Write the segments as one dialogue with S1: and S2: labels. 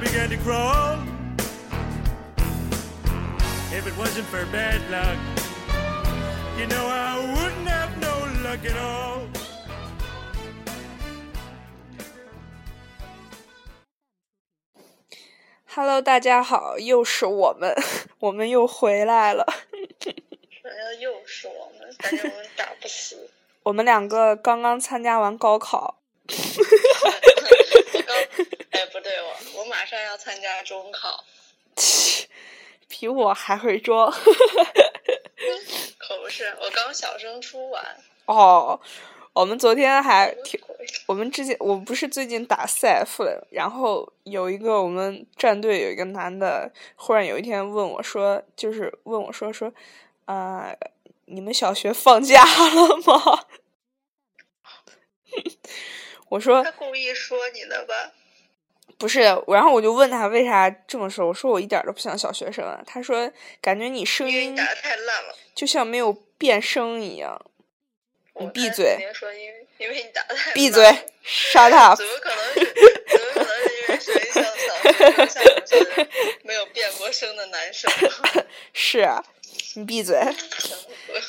S1: began to crawl. If it wasn't for bad luck, you know I wouldn't have no luck at all.
S2: 哈喽，大家好，又是我们， 我们又回来了。
S3: 哎呀，又是我们，感觉我们打 不死。
S2: 我们两个刚刚参加完高考，
S3: 刚哎，不对，我我马上要参加中考，
S2: 比我还会装。
S3: 可不是，我刚小升初完。
S2: 哦，我们昨天还挺，
S3: 鬼
S2: 我们之前我不是最近打 CF 了，然后有一个我们战队有一个男的，忽然有一天问我说，就是问我说说，呃，你们小学放假了吗？ 我说
S3: 他故意说你的吧？
S2: 不是，然后我就问他为啥这么说，我说我一点儿都不像小学生啊。他说感觉你声
S3: 因为你
S2: 音
S3: 打的太烂了。
S2: 就像没有变声一样。
S3: 我
S2: 闭
S3: 刚才
S2: 嘴
S3: 肯定说因为因为你打的太烂了
S2: 闭嘴，shut up
S3: 怎。么可能是？怎么可能是因为谁像小像我是 没有变过声的男生？
S2: 是啊，你闭嘴，
S3: 对。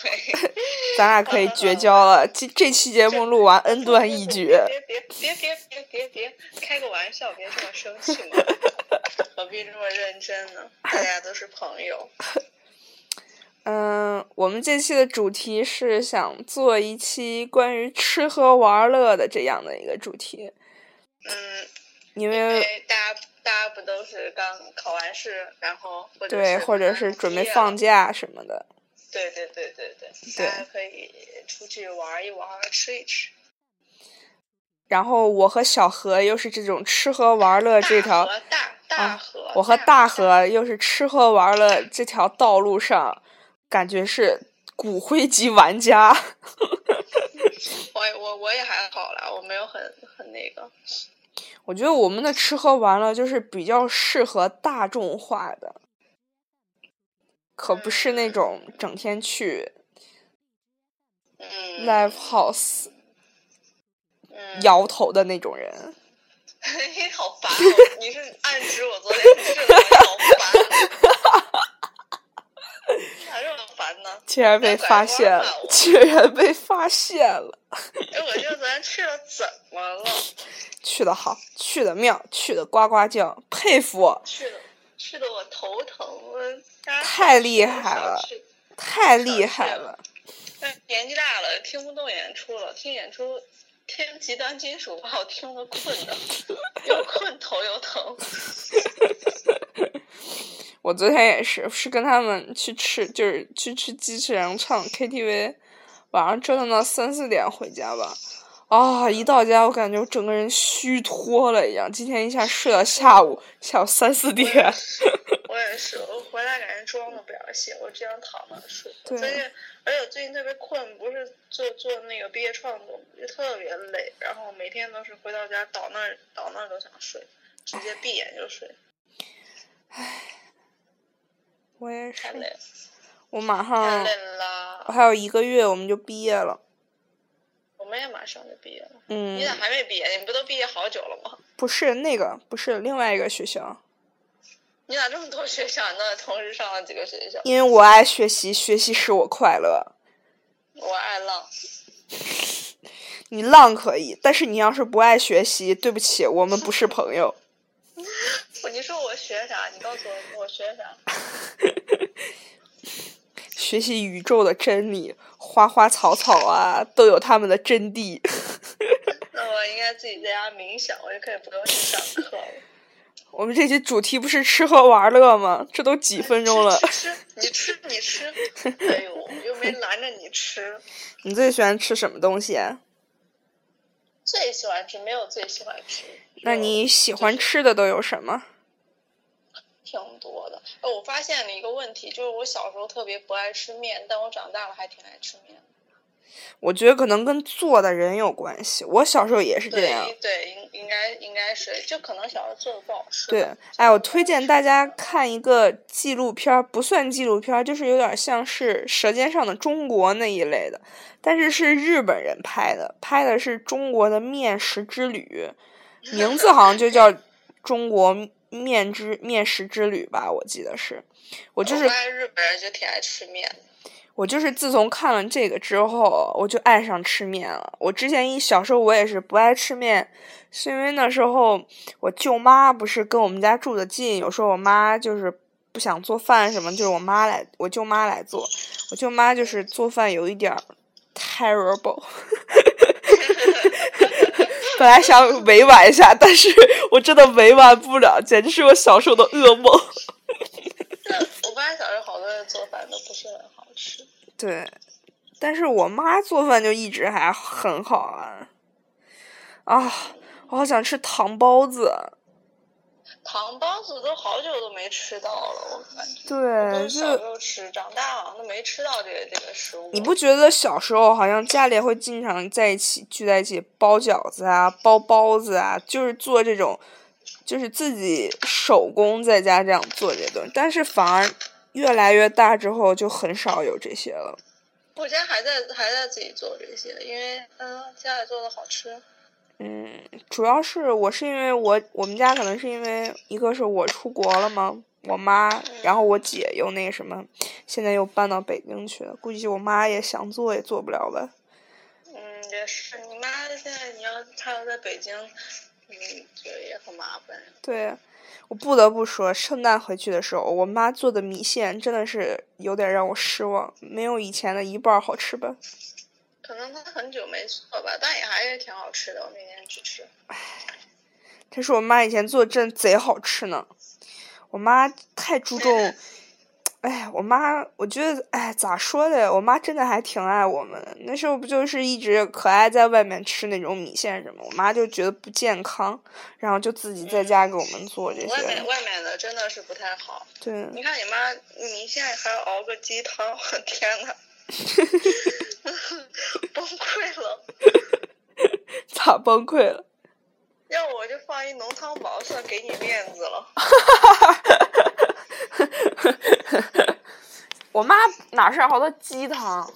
S2: 咱俩可以绝交了。这这期节目录完恩断义绝。
S3: 别别别别别别别，开个玩笑，别这么生气 嘛，何必这么认真呢？大家都是朋友，
S2: 嗯，我们这期的主题是想做一期关于吃喝玩乐的这样的一个主题，
S3: 嗯，
S2: 因
S3: 因
S2: 为
S3: 为大家大家不都是刚考完试，然后或者
S2: 对，
S3: 是
S2: 或者是准备放
S3: 假，
S2: 假什么的。
S3: 对对对对对，
S2: 对
S3: 大家可以出去玩一玩，吃一吃。
S2: 然后我和小何又是这种吃喝玩乐呃这条啊
S3: 大河大大河、
S2: 我和大河又是吃喝玩乐这条道路上，感觉是骨灰级玩家。
S3: 我也我我也还好啦，我没有很很那个，
S2: 我觉得我们的吃喝玩乐就是比较适合大众化的，可不是那种整天去
S3: 嗯，
S2: live house
S3: 嗯，
S2: 摇头的那种人。
S3: 你好烦、哦！你是暗指我昨天去的，你好烦、哦咋这么烦呢？
S2: 竟然被发现了
S3: 拐弯吧！我
S2: 竟然被发现了！
S3: 哎，我就昨天去了，怎么了？
S2: 去的好，去的妙，去的呱呱叫，佩服，
S3: 去的去的我头疼，我大家
S2: 太厉害了
S3: 少去
S2: 太厉害了！
S3: 但年纪大了，听不动演出了，听演出听极端金属把我听得困的，又困头 又疼。
S2: 我昨天也是，是跟他们去吃，就是去吃鸡翅，然后唱 KTV，晚上折腾到三四点回家吧。啊，一到家我感觉我整个人虚脱了一样，今天一下睡到下午，下午三四
S3: 我也
S2: 点。
S3: 是，我也是，我回来感觉妆都不想卸，我只想躺那睡。
S2: 对
S3: 最近，而且我最近特别困，不是做做那个毕业创作，就特别累，然后每天都是回到家倒那儿倒那儿都想睡，直接闭眼就睡，
S2: 我也是
S3: 太， 累了，
S2: 我马
S3: 太
S2: 上
S3: 累了。
S2: 还有一个月我们就毕业了。
S3: 我们也马上就毕业了，
S2: 嗯
S3: 你，咋还没毕业？你不都毕业好久了吗？
S2: 不是那个，不是另外一个学校，
S3: 你咋这么多学校呢？同时上了几个学校？
S2: 因为我爱学习，学习使我快乐。
S3: 我爱浪，
S2: 你浪可以，但是你要是不爱学习，对不起，我们不是朋友。
S3: 我你说我学啥？你告诉我我学啥？
S2: 学习宇宙的真理，花花草草啊，都有他们的真谛。
S3: 那我应该自己在家冥想，我就可以不用去上课了。
S2: 我们这期主题不是吃喝玩乐吗？这都几分钟 了，
S3: 吃你吃你吃，哎呦，我又没拦着你吃。
S2: 你最喜欢吃什么东西啊？
S3: 最喜欢吃没有最喜欢吃，
S2: 那你喜欢吃的都有什么？
S3: 挺多的。哎，我发现了一个问题，就是我小时候特别不爱吃面，但我长大了还挺爱吃面。
S2: 我觉得可能跟做的人有关系。我小时候也是这样。
S3: 对对，应应该应该是，就可能小时候做的不好吃。
S2: 对，哎，我推荐大 家看一个纪录片儿，不算纪录片儿，就是有点像是《舌尖上的中国》那一类的，但是是日本人拍的，拍的是中国的面食之旅，名字好像就叫《中国面之面食之旅吧，我记得是，我就是
S3: 发现日本人就挺爱吃面的，
S2: 我就是自从看了这个之后，我就爱上吃面了。我之前一小时候我也是不爱吃面，是因为那时候我舅妈不是跟我们家住的近，有时候我妈就是不想做饭什么，就是我妈来，我舅妈来做。我舅妈就是做饭有一点儿 terrible，本来想委婉一下，但是我真的委婉不了，简直是我小时候的噩梦。
S3: 我发现小时候好多人做饭都不是很好吃。
S2: 对，但是我妈做饭就一直还很好啊。啊，我好想吃糖包子。
S3: 糖包子都好久都没吃到了，我感觉。
S2: 对，
S3: 都是小时
S2: 呃就
S3: 候吃，长大好像都没吃到这个这个食物。
S2: 你不觉得小时候好像家里会经常在一起聚在一起包饺子啊、包包子啊，就是做这种，就是自己手工在家这样做这些东西。但是反而越来越大之后就很少有这些了。
S3: 我家还在还在自己做这些，因为嗯，家里做的好吃。
S2: 嗯，主要是我是因为我我们家可能是因为一个是我出国了嘛，我妈，然后我姐又那什么，现在又搬到北京去了，估计我妈也想做也做不了吧。
S3: 嗯，也是。你妈现在你要她要在北京，嗯，就也很麻烦。
S2: 对，我不得不说，圣诞回去的时候，我妈做的米线真的是有点让我失望，没有以前的一半儿好吃吧。
S3: 可能她很久没做吧，但也还是挺好吃的。我那天去吃，
S2: 这是我妈以前做的，真贼好吃呢。我妈太注重，哎，我妈，我觉得，哎，咋说的？我妈真的还挺爱我们的。那时候不就是一直可爱在外面吃那种米线什么，我妈就觉得不健康，然后就自己在家给我们做这
S3: 外面
S2: 些。
S3: 外面的真的是不太好。
S2: 对，
S3: 你看你妈，你现在还要熬个鸡汤， 我天 呐，崩溃了。
S2: 咋崩溃了？
S3: 要我就放一浓汤宝，算给你面子了。
S2: 啊我妈哪是好多鸡汤？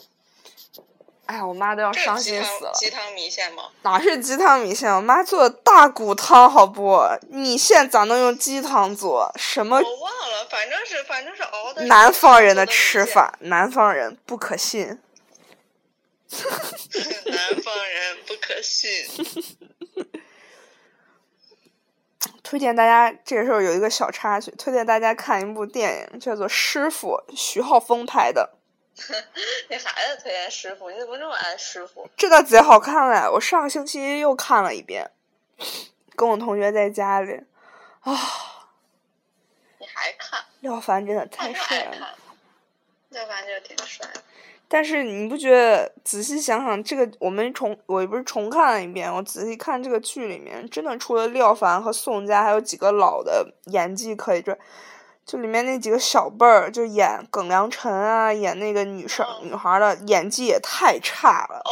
S2: 哎呀，我妈都要
S3: 这是
S2: 伤
S3: 鸡
S2: 心
S3: 汤
S2: 死了。
S3: 鸡汤米线吗？
S2: 哪是鸡汤米线？我妈做的大骨汤，好不？米线咋能用鸡汤做？什么
S3: 我忘了，反正是反正是熬的。
S2: 南方人的吃， 法？南方人不可信。
S3: 南方人不可信。
S2: 推荐大家，这个时候有一个小插曲，推荐大家看一部电影，叫做《师傅》，徐浩峰拍的，
S3: 你还在推荐师傅？你怎么这么爱师傅？
S2: 真的贼好看嘞！我上个星期又看了一遍，跟我同学在家里，
S3: 你还看？
S2: 廖凡真的
S3: 我
S2: 太
S3: 就
S2: 帅
S3: 爱
S2: 了。
S3: 看。要不然就挺帅的。
S2: 但是你不觉得仔细想想，这个我们重我不是重看了一遍，我仔细看这个剧里面，真的除了廖凡和宋佳，还有几个老的演技可以这，就里面那几个小辈儿，就演耿良辰啊，演那个女生
S3: 嗯
S2: 女孩儿的演技也太差了。
S3: 哦，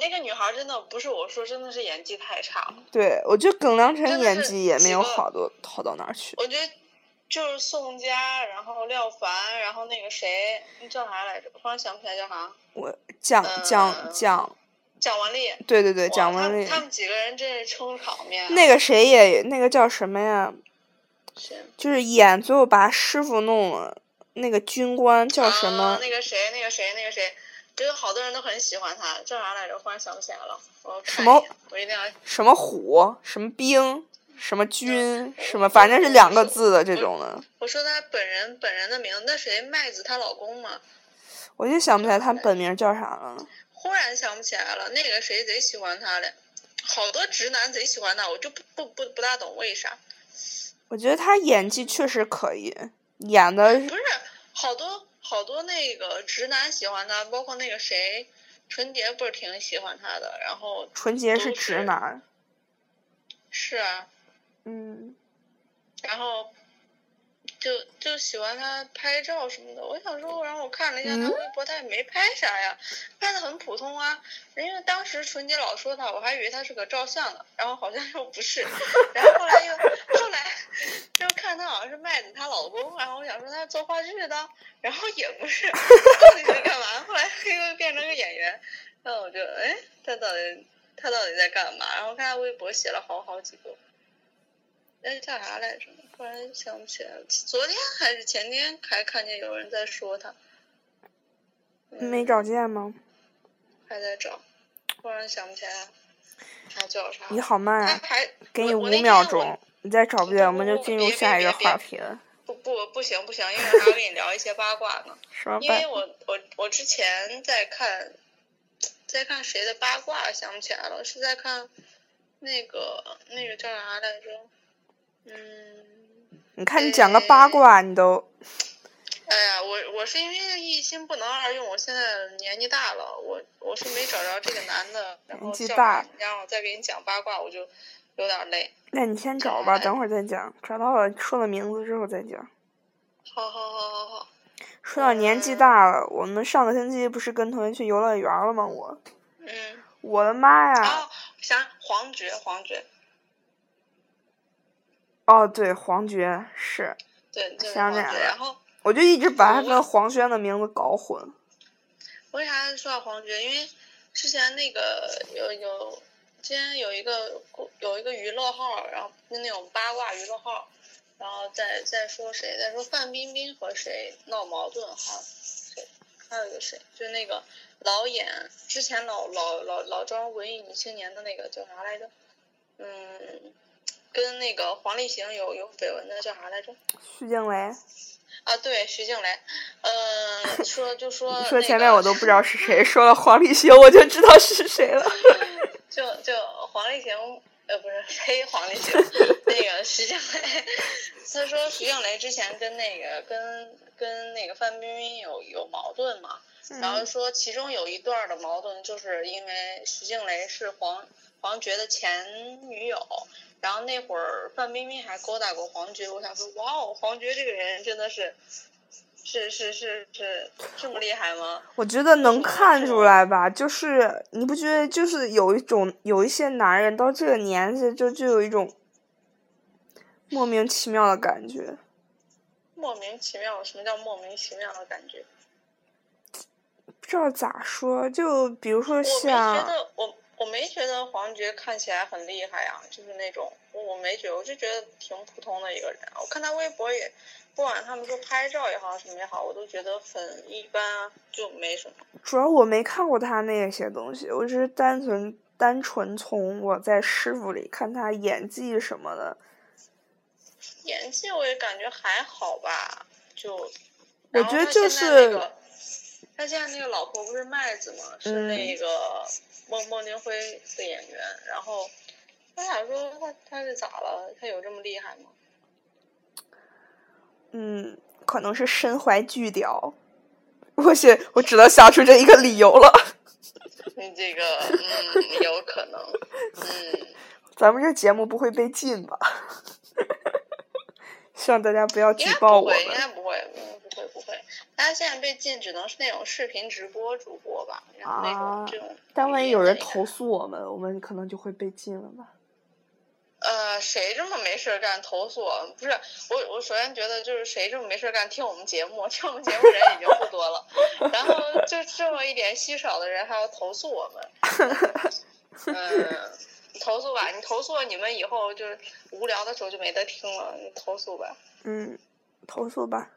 S3: 那个女孩真的不是我说，真的是演技太差了。
S2: 对，我觉得耿良辰
S3: 真的
S2: 演
S3: 是
S2: 技也没
S3: 几
S2: 有
S3: 个
S2: 好多好到哪儿去。
S3: 我觉得就是宋佳，然后廖凡，然后那个谁，那叫啥来着？我突然想不起来叫啥。
S2: 我蒋蒋
S3: 呃
S2: 蒋，
S3: 蒋雯丽。
S2: 对对对，
S3: 哇
S2: 蒋
S3: 他
S2: 雯
S3: 们
S2: 丽
S3: 他，们几个人真是撑场面啊。
S2: 那个谁也那个叫什么呀？
S3: 是
S2: 就是演最后把师傅弄了，那个军官叫什么？
S3: 啊？那个谁，那个谁，那个谁，就是好多人都很喜欢他，叫啥来着？我忽然想不起来了。我看
S2: 什么
S3: 一眼？我一定要，
S2: 什么虎，什么兵，什么军，什么，反正是两个字的这种的，
S3: 我说他本人本人的名字，那谁麦子她老公嘛，
S2: 我就想不起来他本名叫啥了。
S3: 忽然想不起来了。那个谁贼喜欢他嘞，好多直男贼喜欢他，我就不不不不大懂为啥。
S2: 我觉得他演技确实可以，演的
S3: 不是好多好多那个直男喜欢他，包括那个谁，纯洁不是挺喜欢他的，然后
S2: 纯洁是直男。
S3: 是啊，
S2: 嗯，
S3: 然后就就喜欢他拍照什么的。我想说，然后我看了一下他
S2: 嗯
S3: 微博，他也没拍啥呀，拍的很普通啊。因为当时纯洁老说他，我还以为他是个照相的，然后好像又不是。然后后来又后来就看他好像是麦子她老公，然后我想说他是做话剧的，然后也不是，到底是干嘛？后来又变成个演员，然后我就哎，他到底他到底在干嘛？然后看他微博写了好好几个。哎叫啥来着？突然想不起来了，昨天还是前天还看见有人在说他，嗯
S2: 没找见吗？
S3: 还在找，突然想不起来了他叫啥。
S2: 你好慢
S3: 他
S2: 啊！
S3: 还
S2: 给
S3: 哎我
S2: 你
S3: 我
S2: 五
S3: 那
S2: 秒
S3: 天我
S2: 钟，你再找不见，我们就进入下一个话题了，
S3: 不不不行不行，一会儿还要跟你聊一些八卦呢。
S2: 什么
S3: 因
S2: 办
S3: 为？我我我之前在看，在看谁的八卦，想不起来了，是在看那个那个叫啥来着？嗯，
S2: 你看你讲个八卦，你都
S3: 哎呀，我我是因为一心不能二用，我现在年纪大了，我我是没找着这个男的，然后
S2: 年纪
S3: 叫
S2: 大
S3: 你让我再给你讲八卦，我就有点累。
S2: 那你先找
S3: 呃
S2: 吧，等会儿再讲。找到了说了名字之后再讲。
S3: 好好好好好，
S2: 说到年纪大了，我们上个星期不是跟同学去游乐园了吗？我，
S3: 嗯，
S2: 我的妈呀！
S3: 哦，想黄觉黄觉，
S2: 哦，对，黄觉是，
S3: 对，就是
S2: 想
S3: 黄
S2: 起来
S3: 觉，
S2: 了
S3: 然后。
S2: 我就一直把他
S3: 我
S2: 跟黄轩的名字搞混。
S3: 为啥说到黄觉？因为之前那个有有，之前有一个公有一个娱乐号，然后就那种八卦娱乐号，然后再再说谁，再说范冰冰和谁闹矛盾，还有谁，还有一个谁，就那个老演之前老老老老装文艺女青年的那个叫啥来着？嗯，跟那个黄立行有有绯闻的叫啥来着？
S2: 徐静蕾，
S3: 啊，对，徐静蕾，呃，说就说
S2: 你说
S3: 那
S2: 前
S3: 个
S2: 面我都不知道是谁，说了黄立行，我就知道是谁了。
S3: 就就黄立行，呃，不是， 非黄立行，那个徐静蕾，他说徐静蕾之前跟那个跟跟那个范冰冰有有矛盾嘛， 然后
S2: 嗯
S3: 说其中有一段的矛盾就是因为徐静蕾是黄黄觉的前女友，然后那会儿范冰冰还勾搭过黄觉，我想说，哇哦，黄觉这个人真的是。是是是是这么厉害吗？
S2: 我觉得能看出来吧，就是你不觉得就是有一种有一些男人到这个年纪就就有一种莫名其妙的感觉，
S3: 莫名其妙，什么叫莫名其妙的感觉？
S2: 不知道咋说。就比如说
S3: 我没觉
S2: 像
S3: 得，我我没觉得黄觉看起来很厉害呀、就是那种我我没觉得，我就觉得挺普通的一个人啊。我看他微博也，不管他们说拍照也好什么也好，我都觉得很一般啊，就没什么。
S2: 主要我没看过他那些东西，我只是单纯单纯从我在师傅里看他演技什么的，
S3: 演技我也感觉还好吧，就
S2: 我
S3: 然后
S2: 觉得
S3: 他
S2: 就
S3: 现在那
S2: 是
S3: 个他现在那个老婆不是麦子嘛，是
S2: 嗯
S3: 那个孟孟京辉的演员，然后哎我想说他他是咋了？他有这么厉害吗？
S2: 嗯，可能是身怀巨屌。我写，我只能想出这一个理由了。
S3: 你这个，嗯，有可能， 嗯，
S2: 咱们这节目不会被禁吧？ 希望大家不要
S3: 应
S2: 举
S3: 该
S2: 报
S3: 不
S2: 我
S3: 会，应该
S2: 们。
S3: 不会，嗯，不会不会。他现在被禁，只能是那种视频直播主播吧，然后那种、
S2: 啊
S3: 这种。
S2: 但万一有人投，诉我们，我们可能就会被禁了吧？
S3: 呃，谁这么没事儿干投诉我？不是我，我首先觉得就是谁这么没事儿干听我们节目，听我们节目人已经不多了，然后就这么一点稀少的人还要投诉我们，嗯。投诉吧，你投诉你们以后就是无聊的时候就没得听了，你投诉吧。
S2: 嗯，投诉吧。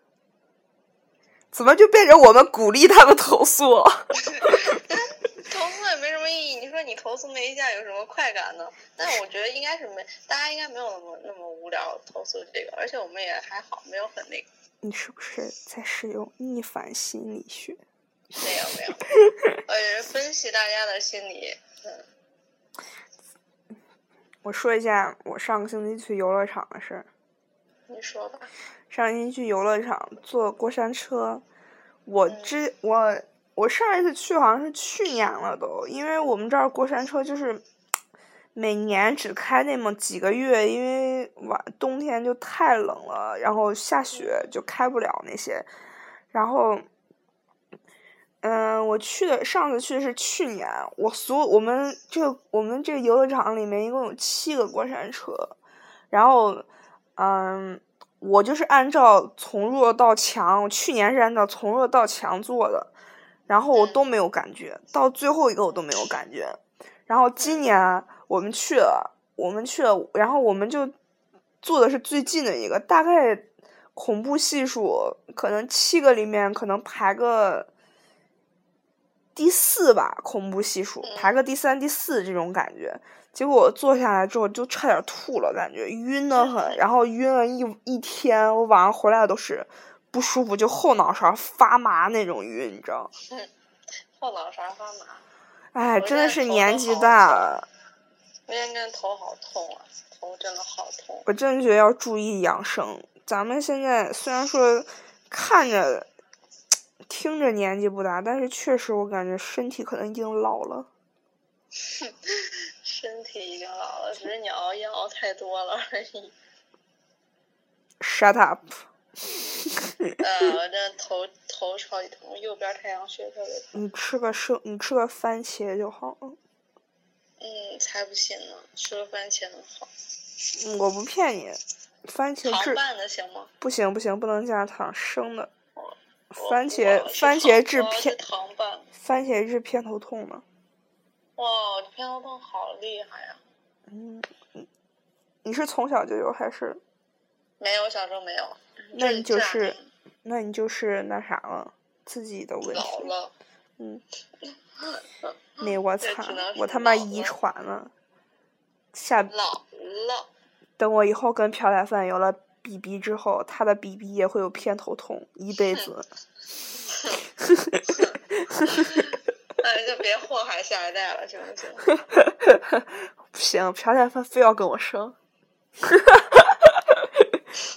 S2: 怎么就变成我们鼓励他们投诉了？
S3: 投诉也没什么意义。你说你投诉那一下有什么快感呢？但我觉得应该是没，大家应该没有那么那么无聊投诉这个，而且我们也还好，没有很那个，
S2: 你是不是在使用逆反心理学？
S3: 没有没有， 我只是呃分析大家的心理。嗯，
S2: 我说一下我上个星期去游乐场的事儿。
S3: 你说吧。
S2: 上一次去游乐场坐过山车，我之我我上一次去好像是去年了都，因为我们这儿过山车就是每年只开那么几个月，因为晚冬天就太冷了，然后下雪就开不了那些，然后。嗯，我去的上次去的是去年，我所有我们这个我们这个游乐场里面一共有七个过山车，然后，嗯，我就是按照从弱到强，我去年是按照从弱到强做的，然后我
S3: 嗯
S2: 都没有感觉，到最后一个我都没有感觉。然后今年我们去了，我们去了，然后我们就做的是最近的一个，大概恐怖系数可能七个里面可能排个第四吧，恐怖系数排个第三、第四这种感觉。结果我坐下来之后就差点吐了，感觉晕得很，然后晕了一一天，我晚上回来都是不舒服，就后脑勺发麻那种晕，你知道吗？
S3: 后脑勺发麻，
S2: 哎，
S3: 我
S2: 真的
S3: 现在
S2: 是
S3: 头
S2: 年
S3: 都
S2: 纪
S3: 好
S2: 大
S3: 痛
S2: 了，
S3: 我现在头好痛啊，头真的好痛。
S2: 我真的觉得要注意养生。咱们现在虽然说看着、听着年纪不大，但是确实我感觉身体可能已经老了。
S3: 身体已经老了，只是你熬夜熬太多了而已。
S2: Shut up！
S3: 呃，我这头头超级疼，右边太阳穴特别疼。
S2: 你吃个生，你吃个番茄就好了。
S3: 嗯，才不信呢，吃了番茄能好。
S2: 嗯我不骗你，番茄
S3: 糖
S2: 治
S3: 拌的行吗？
S2: 不行不行，不能加糖，生的。
S3: 我
S2: 番
S3: 哦我
S2: 茄
S3: 是
S2: 番
S3: 糖
S2: 茄治
S3: 我是
S2: 偏
S3: 糖拌。
S2: 番茄治偏头痛呢。
S3: 哇，这偏头痛好厉害呀、
S2: 嗯，你是从小就有还是？
S3: 没有，小时候没有。
S2: 那
S3: 这
S2: 你就
S3: 这两
S2: 是
S3: 年
S2: 那你就是那啥了，自己的问
S3: 老
S2: 题。
S3: 了，
S2: 嗯，没我
S3: 这
S2: 惨
S3: 只能，
S2: 我
S3: 是
S2: 他妈
S3: 老
S2: 遗
S3: 了
S2: 传了。下
S3: 老了。
S2: 等我以后跟朴宰范有了 BB 之后，他的 BB 也会有偏头痛，一辈子。
S3: 哎，就别祸害下一代了，行不行？
S2: 不行，朴宰范非要跟我生。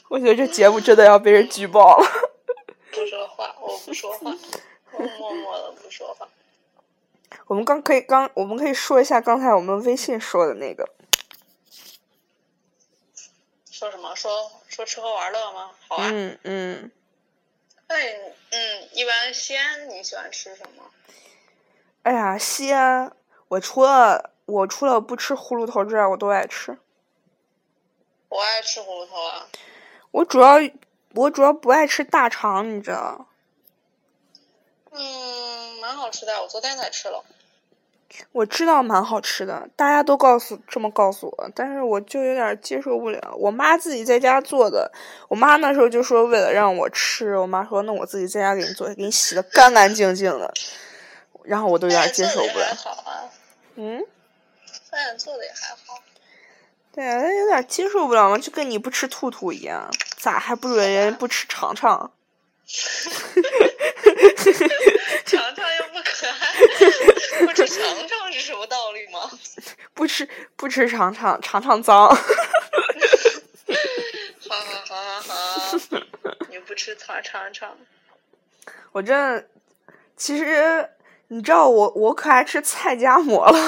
S2: 我觉得这节目真的要被人举报了。
S3: 不说话，我不说话，我默默的不说话。
S2: 我们刚可以刚，我们可以说一下刚才我们微信说的那个，
S3: 说什么？说说吃喝玩乐吗？好啊。
S2: 嗯嗯。
S3: 那你嗯，一般西安你喜欢吃什么？
S2: 哎呀，西安，我除了我除了不吃葫芦头之外，我都爱吃。
S3: 我爱吃葫芦头啊。
S2: 我主要我主要不爱吃大肠，你知道？
S3: 嗯，蛮好吃的，我昨天才吃了。
S2: 我知道蛮好吃的，大家都告诉这么告诉我，但是我就有点接受不了。我妈自己在家做的，我妈那时候就说为了让我吃，我妈说那我自己在家给你做，给你洗的干干净净的，然后我都有点
S3: 但
S2: 接
S3: 是
S2: 受
S3: 做的
S2: 不
S3: 也还
S2: 了。
S3: 好啊，
S2: 嗯，
S3: 饭店做的也还 好。
S2: 对，啊有点接受不了嘛，就跟你不吃兔兔一样，咋还不准人不吃肠肠？
S3: 尝尝又不可爱，不吃尝尝是什么道理吗？
S2: 不吃不吃尝尝尝尝脏，
S3: 好好好好 好，你不吃尝尝尝。
S2: 我这其实你知道我我可爱吃菜夹馍了，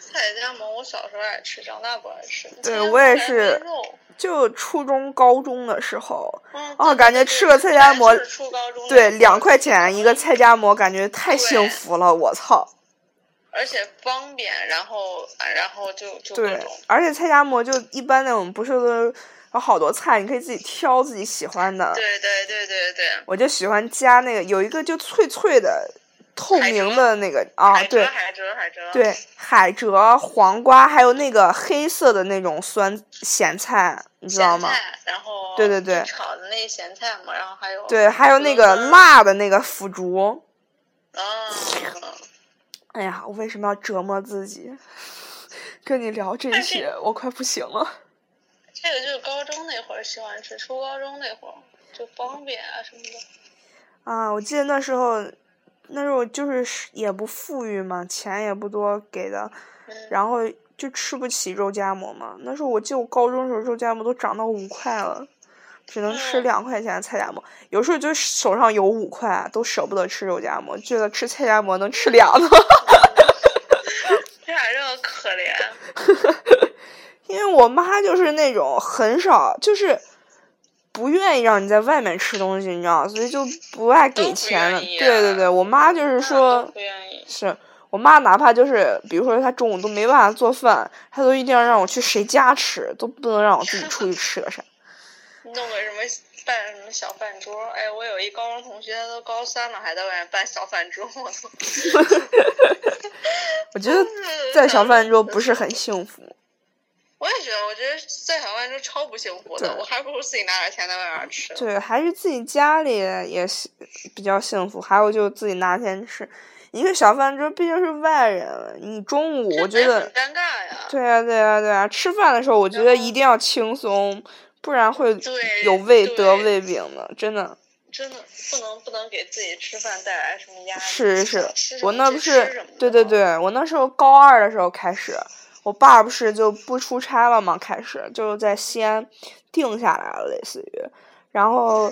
S3: 菜夹馍我小时候爱吃，长大不爱吃。
S2: 对
S3: 菜夹
S2: 我也
S3: 馍还
S2: 是
S3: 没肉
S2: 就初中高中的时候，
S3: 嗯
S2: 哦
S3: 对
S2: 感觉
S3: 对
S2: 吃
S3: 对
S2: 个菜夹馍
S3: 还是初高中的
S2: 对
S3: 时候
S2: 两块钱一个菜夹馍，感觉太幸福了，我操！
S3: 而且方便，然后啊然后就就各
S2: 对
S3: 种，
S2: 而且菜夹馍就一般那种不是都有好多菜，你可以自己挑自己喜欢的，
S3: 对对对对对，
S2: 我就喜欢加那个有一个就脆脆的透
S3: 海
S2: 明
S3: 蜇
S2: 的那个啊，
S3: 海蜇
S2: 对。
S3: 海蜇海蜇，
S2: 对，海蜇、黄瓜，还有那个黑色的那种酸咸菜，你知道
S3: 咸
S2: 吗？
S3: 菜，然后
S2: 对对对
S3: 就炒的那咸菜嘛，然后还有
S2: 对，还有那
S3: 鹅
S2: 个
S3: 肝，
S2: 辣的那个腐竹。
S3: 啊，
S2: 哎呀，我为什么要折磨自己？ 跟你聊这些，我快不行了。
S3: 这个就是高中那会儿喜欢吃，初高中那会儿就方便啊什么的，
S2: 啊，我记得那时候，那时候就是是也不富裕嘛，钱也不多给的，
S3: 嗯，
S2: 然后就吃不起肉夹馍嘛。那时候我记得我高中时候肉夹馍都涨到五块了，只能吃
S3: 嗯
S2: 两块钱的菜夹馍。有时候就手上有五块，都舍不得吃肉夹馍，觉得吃菜夹馍能吃俩呢。
S3: 这俩人可怜，
S2: 因为我妈就是那种很少，就是不愿意让你在外面吃东西，你知道吗，所以就不爱
S3: 都
S2: 给
S3: 不
S2: 钱了。
S3: 愿意
S2: 对对对，
S3: 啊
S2: 我妈就是
S3: 那
S2: 说
S3: 都，不愿意，
S2: 是我妈，哪怕就是比如说她中午都没办法做饭，她都一定要让我去谁家吃，都不能让我 自己出去吃个啥。
S3: 弄个什么办什么小饭桌儿。哎，我有一高中同学，他都高三了，还在外面办小饭 桌，我操！嗯
S2: 我觉得在小饭桌不是很幸福。
S3: 我也觉得，我觉得在海外就超不幸福的，
S2: 对
S3: 我还不如自己拿点钱在外面吃。
S2: 对，还是自己家里也是比较幸福。还有就自己拿钱吃，因为小贩这毕竟是外人了，你中午我觉
S3: 这也
S2: 得
S3: 很，尴尬呀。
S2: 对啊，对啊，对啊，吃饭的时候我觉
S3: 然
S2: 得
S3: 后
S2: 一定要轻松，不然会
S3: 对
S2: 有胃得
S3: 对
S2: 胃病的，真的。
S3: 真的不能不能给自己吃饭带来什么压力。
S2: 是是
S3: 想吃，什
S2: 我
S3: 么
S2: 那
S3: 就
S2: 不
S3: 吃
S2: 是
S3: 什么，哦
S2: 对对
S3: 吧，
S2: 对，我那时候高二的时候开始，我爸不是就不出差了嘛，开始就在西安定下来了，类似于，然后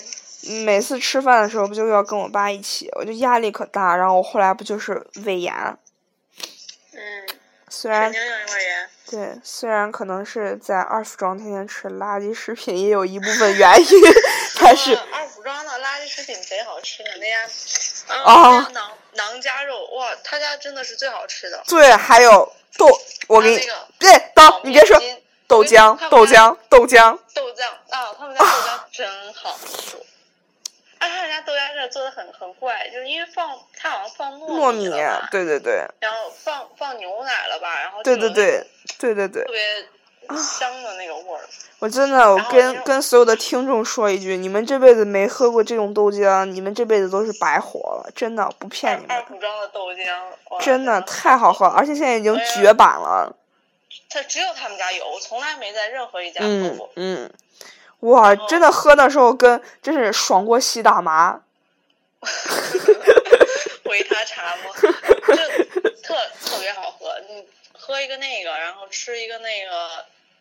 S2: 每次吃饭的时候不就要跟我爸一起，我就压力可大，然后我后来不就是胃炎，
S3: 嗯，
S2: 虽
S3: 肯
S2: 然
S3: 定有一人。
S2: 对，虽然可能是在二服装天天吃垃圾食品也有一部分原因，但是
S3: 啊二服装的垃圾食品贼好吃的那家，
S2: 哦
S3: 啊，那家馕馕夹肉，哇，他家真的是最好吃的。
S2: 对，还有豆，我
S3: 他
S2: 给你
S3: 那，个
S2: 对，等
S3: 烤
S2: 你
S3: 面
S2: 别说
S3: 筋
S2: 豆
S3: 我跟你说
S2: 浆
S3: 他，们
S2: 豆
S3: 家
S2: 浆，豆浆。
S3: 豆浆啊，他们家豆 浆真好吃。哎，他们家豆浆真的做的很很怪，就是因为放他好像放
S2: 糯
S3: 糯
S2: 米啊
S3: 了吧，，
S2: 对对对，
S3: 然后放放牛奶了吧，然后
S2: 对对
S3: 就有一
S2: 对，啊对对对
S3: 特，别香的那个味儿。
S2: 我真的，我
S3: 嗯然后
S2: 跟
S3: 就
S2: 跟所有的听众说一句，你们这辈子没喝过这种豆浆，你们这辈子都是白活了，真的不骗你
S3: 二
S2: 们，
S3: 服装的豆浆，哇
S2: 真的太好喝了，而且现在已经
S3: 哎呀
S2: 绝版了，
S3: 它只有他们家有，我从来没在任何一家喝
S2: 嗯
S3: 过。
S2: 嗯，哇，
S3: 后
S2: 真的喝的时候跟真是爽过吸大麻，
S3: 维他茶吗？就特特别好喝，你喝一个那个，然后吃一个那个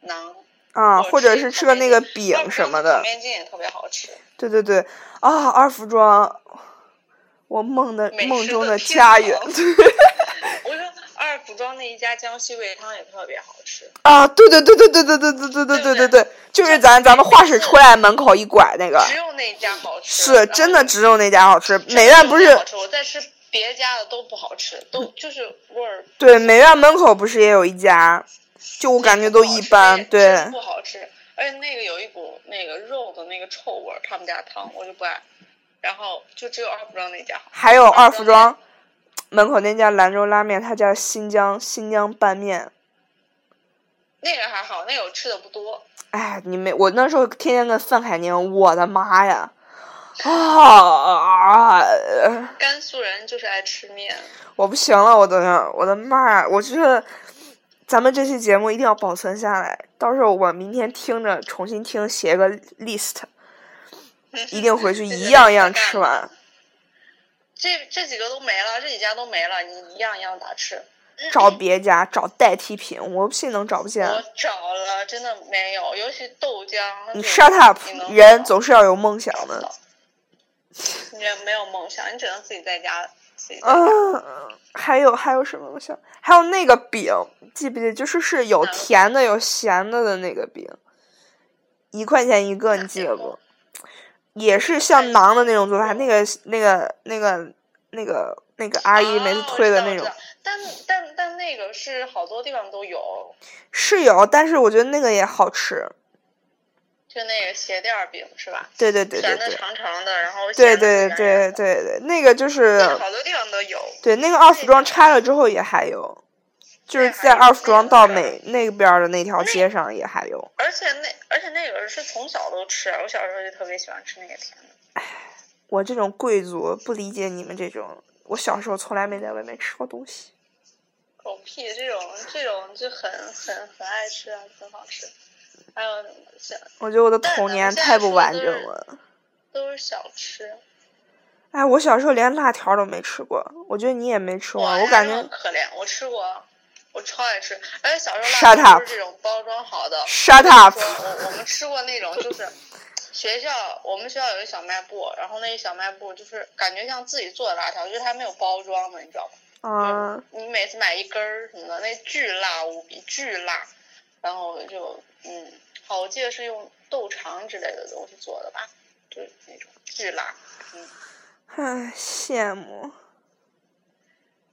S3: 馕，
S2: 啊，
S3: 我
S2: 或者
S3: 吃
S2: 是
S3: 烤
S2: 吃个
S3: 面
S2: 那
S3: 筋
S2: 个饼什么的
S3: 烤，面筋也特别好吃。
S2: 对对对，啊，二服装，我梦的
S3: 美
S2: 梦
S3: 食
S2: 中
S3: 的
S2: 的
S3: 天
S2: 家园，
S3: 堂
S2: 对。
S3: 我说二服装那一家江西味汤也特别好吃，
S2: 啊，对对对对对对对对对对对对对，就是咱咱们画室出来门口一拐那个，
S3: 只有那家好吃。
S2: 啊是真的只有那家好吃。美院不是嗯
S3: 好吃，我再吃别家的都不好吃，都就是味儿。
S2: 对美院门口不是也有一家，就我感觉都一般。对
S3: 真不好吃。而且那个有一股那个肉的那个臭味儿，他们家汤我就不爱。然后就只有二服装那家好。
S2: 还有二服装门口那家兰州拉面，他家新疆新疆拌面。
S3: 那个还好，那个我吃的不多。
S2: 哎，你没我那时候天天跟范凯宁，我的妈呀！啊！呃
S3: 甘肃人就是爱吃面，
S2: 我不行了，我的我的妈呀！我觉得咱们这期节目一定要保存下来，到时候我明天听着重新听，写个 list，一定回去
S3: 这
S2: 一
S3: 个
S2: 样
S3: 得
S2: 一样
S3: 干
S2: 吃
S3: 的
S2: 完。
S3: 这这几个都没了，这几家都没了，你一样一样咋吃？
S2: 找别家，找代替品，我不信能找不见。
S3: 我找了，真的没有，尤其豆浆。
S2: 你 shut up，
S3: 你能
S2: 人
S3: 找
S2: 总是要有梦想
S3: 找不
S2: 的。
S3: 到你也没有梦想，你只能自己在家自己在家。
S2: 嗯，还有还有什么？我想还有那个饼，记不记得？就是是有
S3: 哪个
S2: 甜的有咸的的那个饼，一块钱一个，
S3: 哪
S2: 你记得
S3: 个
S2: 不？也是像馕的那种做法，那个那个那个那个那个阿姨每次
S3: 啊
S2: 推的那。
S3: 我知
S2: 种、
S3: 道我知道但但但那个是好多地方都有，
S2: 是有，但是我觉得那个也好吃。
S3: 就那个鞋垫儿饼是吧？
S2: 对对对对
S3: 甜的
S2: 对
S3: 长长的，然后
S2: 对
S3: 咸的
S2: 对
S3: 软
S2: 对
S3: 软的，
S2: 对对，那个就是
S3: 那个好多地方都有。
S2: 对，那个二服
S3: 那
S2: 装
S3: 个
S2: 拆了之后也还有，就是
S3: 那还
S2: 在
S3: 有
S2: 二服装
S3: 那
S2: 到
S3: 个
S2: 美那边儿的那条
S3: 那
S2: 街上也还有。
S3: 而且那而且那个是从小都吃，啊我小时候就特别喜欢吃那个甜的。
S2: 我这种贵族不理解你们这种，我小时候从来没在外面吃过东西。
S3: 狗屁，这种这种就很很很爱吃啊，很好吃。还有像
S2: 我觉得我的
S3: 但
S2: 童
S3: 咱们
S2: 年
S3: 现在
S2: 太不
S3: 说的
S2: 完
S3: 都
S2: 整
S3: 是
S2: 了。
S3: 都是小吃，
S2: 哎，我小时候连辣条都没吃过，我觉得你也没吃过。
S3: 哇
S2: 啊我感
S3: 那么
S2: 觉
S3: 可怜，我吃过啊，我超爱吃，而且小时候
S2: Shut
S3: 辣条
S2: up
S3: 都是这种包装好的，
S2: shut
S3: 我
S2: up，
S3: 我我们吃过那种，就是学校我们学校有一个小卖部，然后那个小卖部就是感觉像自己做的辣条，就是它没有包装的，你知道吗？
S2: 啊，
S3: 你每次买一根儿什么的，那巨辣无比，巨辣。然后就嗯，好，我记得是用豆肠之类的东西做的吧，就是那种巨辣。
S2: 唉，羡慕。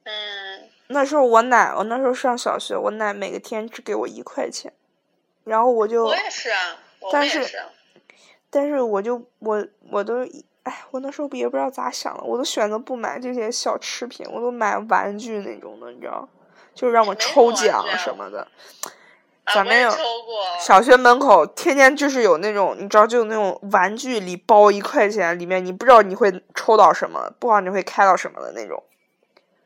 S3: 嗯，
S2: 那时候我奶，我那时候上小学，我奶每个天只给我一块钱，然后我就
S3: 我也是啊，我
S2: 但
S3: 们也
S2: 是
S3: 是啊。
S2: 但是我就我我都一，哎，我那时候也不知道咋想的，我都选择不买这些小吃品，我都买玩具那种的，你知道，就是让我
S3: 没什
S2: 抽
S3: 么玩具
S2: 奖
S3: 啊
S2: 什么的。
S3: 啊
S2: 咱
S3: 我
S2: 们
S3: 也
S2: 有
S3: 抽过，
S2: 小学门口天天就是有那种，你知道，就有那种玩具里包一块钱，里面你不知道你会抽到什么，不知道你会开到什么的那种。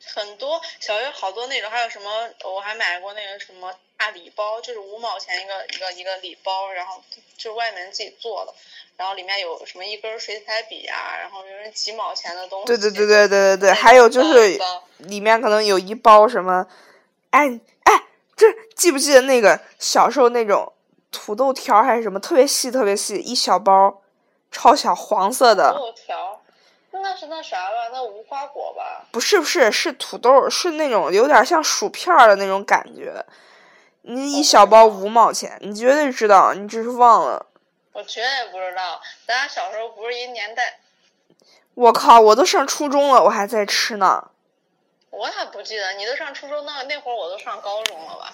S3: 很多小学好多那种，还有什么我还买过那个什么大礼包，就是五毛钱一个一个一个礼包，然后就是外面自己做的，然后里面有什么一根水彩笔啊，然后有人几毛钱哦的东西。
S2: 对对对对对对对，还有就
S3: 那种
S2: 是
S3: 包
S2: 里面可能有一包什么，哎哎，这记不记得那个小时候那种土豆条还是什么，特别细特别细，一小包，超小黄色的。
S3: 豆条，那是那啥吧，那无花果吧，
S2: 不是不是，是土豆儿，是那种有点像薯片儿的那种感觉。你一小包五毛钱，你绝对知道，你只是忘了。
S3: 我绝对不知道，咱俩小时候不是一年代，
S2: 我靠，我都上初中了，我还在吃呢。
S3: 我咋不记得？你都上初中那那会儿，我都上高中了吧？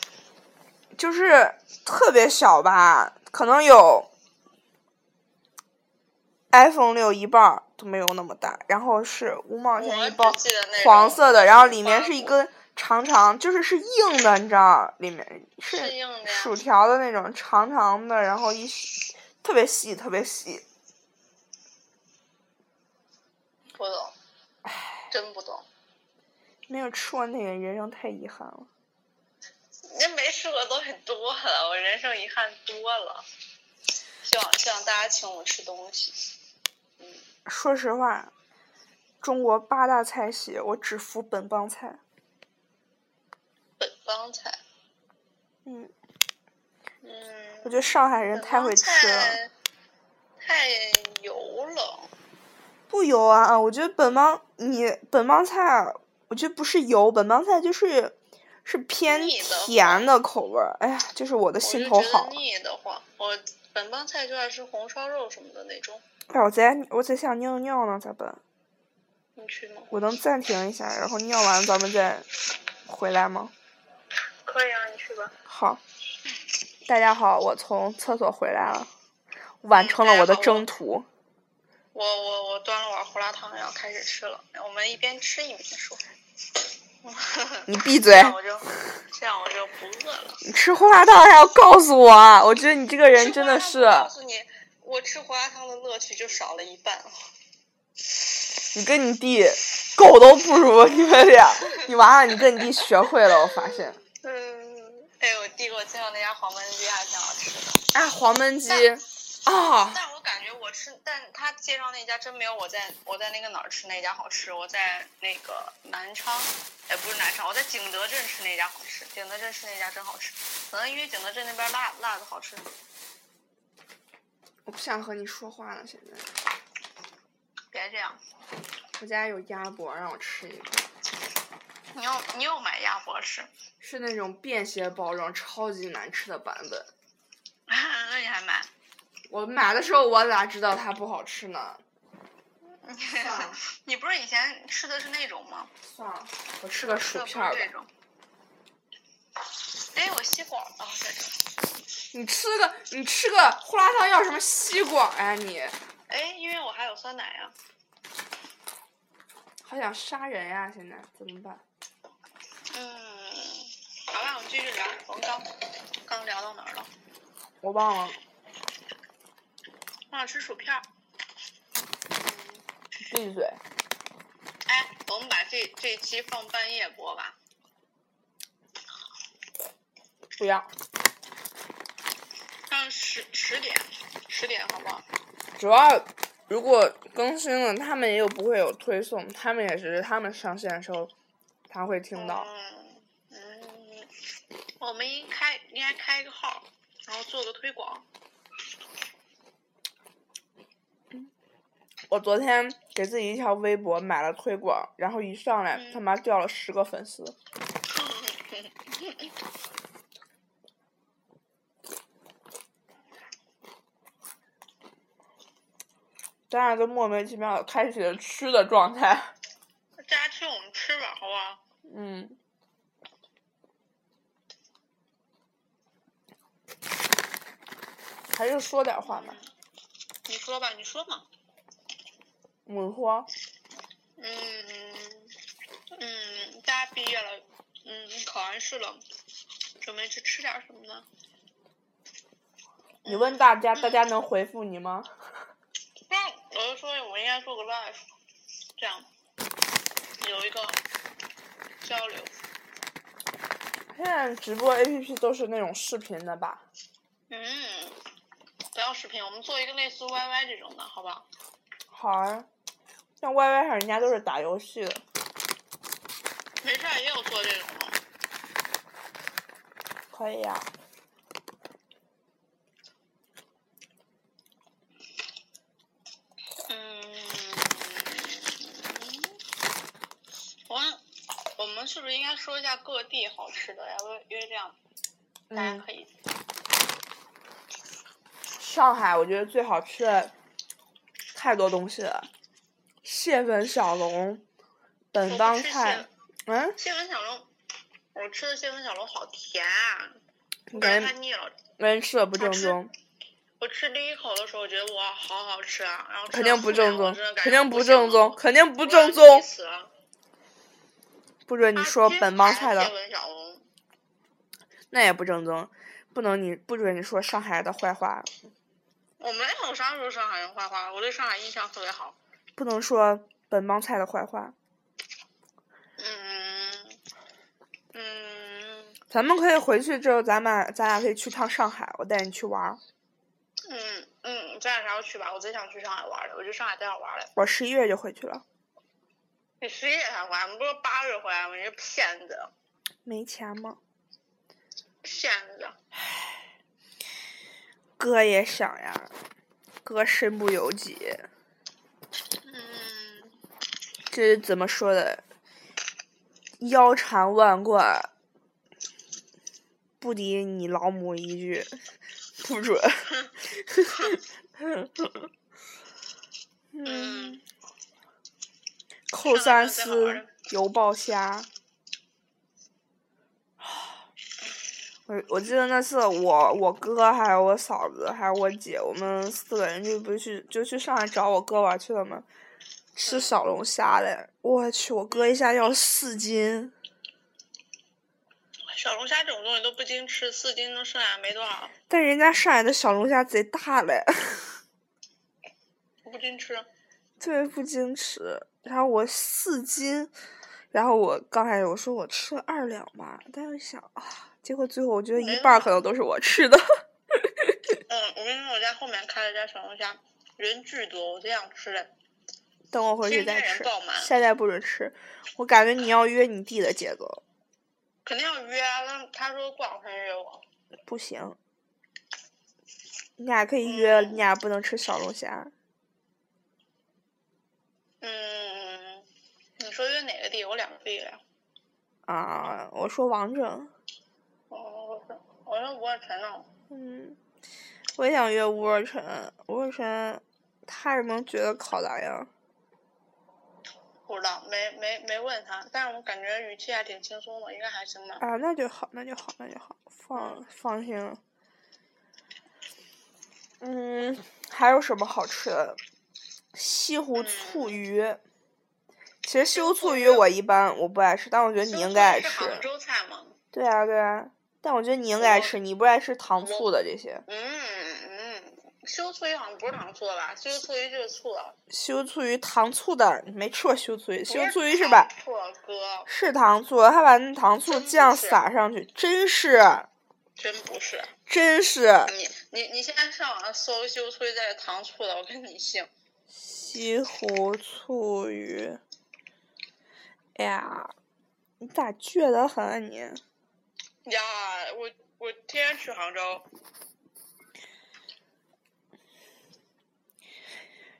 S2: 就是特别小吧，可能有 iPhone 六一半儿都没有那么大，然后是五毛钱一包
S3: 我只记得那种
S2: 黄色的，然后里面是一
S3: 花
S2: 根长长，就是是硬的，你知道，里面是
S3: 是硬的呀
S2: 薯条的那种长长的，然后一细特别细，特别细。
S3: 不懂，真不懂。
S2: 没有吃过那个，人生太遗憾了。
S3: 那没吃过的东西多了，我人生遗憾多了。希望希望大家请我吃东西。
S2: 说实话，中国八大菜系，我只服本帮菜。
S3: 本帮菜，
S2: 嗯，
S3: 嗯，
S2: 我觉得上海人
S3: 本
S2: 太会
S3: 帮
S2: 吃了。
S3: 菜太油了。
S2: 不油啊，我觉得本帮你本帮菜啊，我觉得不是油，本帮菜就是是偏
S3: 腻的
S2: 甜的口味儿。哎呀，就是我的
S3: 我
S2: 心
S3: 就
S2: 头
S3: 觉
S2: 好
S3: 得。腻得慌。我本帮菜就爱吃红烧肉什么的那种。
S2: 哎，我在我在想尿尿呢，咋办？
S3: 你去吗？
S2: 我能暂停一下，然后尿完咱们再回来吗？
S3: 可以啊，你去吧。
S2: 好，大家好，我从厕所回来了，完成了我的征途。
S3: 我我我端了碗胡辣汤，然后开始吃了。我们一边吃一边说。
S2: 哎你闭
S3: 这
S2: 嘴！
S3: 样我就这样我就不饿了。
S2: 你吃胡辣汤还要告诉我啊，我觉得你这个人
S3: 吃
S2: 真
S3: 胡辣
S2: 的
S3: 汤
S2: 是
S3: 我，告诉你，我吃胡辣汤的乐趣就少了一半了。
S2: 你跟你弟狗都不如你们俩，你完了，你跟你弟学会了，我发现。
S3: 嗯，哎，我弟给我介绍那家黄焖鸡还挺好吃的，
S2: 哎，黄焖鸡啊，
S3: 但我感觉我吃，但他介绍那家真没有我在我在那个哪儿吃那家好吃。我在那个南昌，哎，不是南昌，我在景德镇吃那家好吃。景德镇吃那家真好吃，可能因为景德镇那边辣辣的好吃。
S2: 我不想和你说话了。现在
S3: 别这样，
S2: 我家有鸭脖，让我吃一个，
S3: 你又你又买鸭脖吃，
S2: 是那种便携包装，超级难吃的版本。
S3: 那你还买？
S2: 我买的时候，我咋知道它不好吃呢？算了
S3: 你不是以前吃的是那种吗？
S2: 算了，我吃个薯片儿
S3: 这
S2: 吧。
S3: 种。哎，我吸管啊，在这。
S2: 你吃个，你吃个胡辣汤要什么吸管呀、你
S3: 哎，因为我还有酸奶啊。
S2: 好想杀人呀、现在怎么办？
S3: 嗯，好吧，我们继续聊。我们刚刚聊到哪儿了？
S2: 我忘了，
S3: 我想吃薯片儿。
S2: 闭嘴。
S3: 哎，我们把这这一期放半夜播吧。
S2: 不要，
S3: 上十十点，十点好不好？
S2: 主要如果更新了，他们又不会有推送，他们也只是他们上线的时候，他会听到。
S3: 嗯嗯，我们应开应该开一个号，然后做个推广。
S2: 我昨天给自己一条微博买了推广，然后一上来
S3: 嗯
S2: 他妈掉了十个粉丝。咱俩都莫名其妙地开启了吃的状态。
S3: 大家去我们吃吧，好不好？
S2: 嗯，还是说点话吧。
S3: 你说吧，你说嘛。
S2: 我说，
S3: 嗯，嗯，大家毕业了，嗯，考完试了，准备去吃点什么呢？
S2: 你问大家，大家能回复你吗？
S3: 那我就说我们应该做个 live，这样有一个交流。
S2: 现在直播 APP 都是那种视频的吧？
S3: 嗯，不要视频，我们做一个类似 YY 这种的，好不好？
S2: 好啊，像 YY 上人家都是打游戏的。
S3: 没事儿，也有做这种的。
S2: 可以呀、啊
S3: 嗯，我们我们是不是应该说一下各地好吃的呀？因为这样大家
S2: 嗯，
S3: 可以
S2: 上海我觉得最好吃的太多东西了，蟹粉小笼、本帮菜，嗯，
S3: 蟹粉小笼，我吃的蟹粉小笼好甜啊，我感觉太
S2: 没
S3: 腻了。
S2: 没人吃的不正
S3: 好吃
S2: 宗，
S3: 我吃第一口的时候，我觉得哇，好好吃啊！然后吃
S2: 肯
S3: 到
S2: 定不
S3: 后面
S2: 正
S3: 我
S2: 宗
S3: 真的，感
S2: 肯
S3: 觉
S2: 定
S3: 不
S2: 不
S3: 行
S2: 正
S3: 了
S2: 宗，，肯定不
S3: 不
S2: 正宗。
S3: 你
S2: 不准你说本帮菜
S3: 蟹
S2: 的，
S3: 粉小笼，
S2: 那也不正宗，不能你不准你说上海的坏话，
S3: 我没有啥时候上海人坏话，我对上海印象特别好。
S2: 不能说本帮菜的坏话。
S3: 嗯嗯
S2: 咱们可以回去之后，咱们咱俩可以去趟上海，我带你去玩儿。
S3: 嗯嗯，咱俩啥时候去吧？我最想去上海玩了，我去上海最好玩了。
S2: 我十一月就回去了，
S3: 你十一月才回来，你不是八月回来吗？你是骗子，
S2: 没钱吗？
S3: 骗子！
S2: 哥也想呀，哥身不由己。
S3: 嗯，
S2: 这是怎么说的？腰缠万贯，不敌你老母一句，不准。 嗯，
S3: 嗯，
S2: 扣
S3: 上海
S2: 三
S3: 真的好玩
S2: 丝
S3: 儿
S2: 油爆虾。我我记得那次我我哥还有我嫂子还有我姐，我们四个人就不是去就去上海找我哥玩去了嘛，吃
S3: 嗯
S2: 小龙虾嘞！我去，我哥一下要四斤，
S3: 哎小龙虾这种东西都不经吃，四斤能剩下没多少，
S2: 但人家上海的小龙虾贼大嘞，
S3: 不经吃。
S2: 特别不矜持。然后我四斤，然后我刚开始我说我吃了二两吧，但是想啊，结果最后我觉得
S3: 没
S2: 一半儿
S3: 有
S2: 可能都是我吃的。
S3: 嗯，我跟你说，我家后面开了一家小龙虾，人巨多，我最想吃了。
S2: 等我回去再
S3: 今天
S2: 吃
S3: 人爆满，
S2: 现在不准吃。我感觉你要约你弟的节奏，
S3: 肯定要约啊，那他说过两天约我。
S2: 不行。你俩可以约，
S3: 嗯
S2: 你俩不能吃小龙虾。
S3: 嗯，你说约哪个地？我两个地了。
S2: 啊，我说王正，
S3: 哦，我说不会承认。
S2: 嗯，我也想约吴若晨，吴若晨，他是能觉得烤咋样？
S3: 不知道，没没没问他，但是我感觉语气还挺轻松的，应该还行吧。
S2: 啊，那就好，那就好，那就好，放放心了。嗯，还有什么好吃的？西
S3: 嗯
S2: 湖醋鱼。其实西湖醋鱼我一般我不爱吃，但我觉得你应该爱
S3: 是
S2: 吃。
S3: 杭州菜吗？
S2: 对啊，对啊，但我觉得你应该爱吃，你不爱吃糖醋的这些。
S3: 嗯嗯，西湖醋鱼好像不是糖醋的吧？西湖醋鱼就是醋的，
S2: 西湖醋鱼糖醋的，你没吃过西湖醋鱼？西湖醋鱼是
S3: 吧
S2: 把？
S3: 醋的哥，
S2: 是糖醋的，他把那糖醋
S3: 真不
S2: 酱
S3: 是
S2: 撒上去，真是
S3: 真不是。
S2: 真是
S3: 你你你先上网搜西湖醋鱼再糖醋的，我跟你姓。
S2: 西湖醋鱼。哎呀，你咋倔得很啊你？
S3: 呀，我我天天去杭州，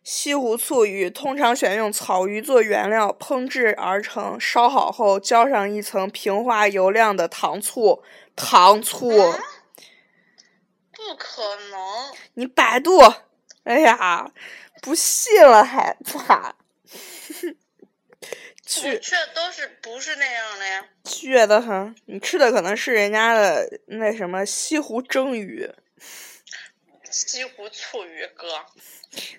S2: 西湖醋鱼通常选用草鱼做原料烹制而成，烧好后浇上一层平滑油亮的糖醋。糖醋，
S3: 啊不可能。
S2: 你百度，哎呀，不信了还咋？
S3: 我
S2: 去
S3: 吃的都是不是那样的呀？
S2: 倔得很，你吃的可能是人家的那什么西湖蒸鱼。
S3: 西湖醋鱼哥，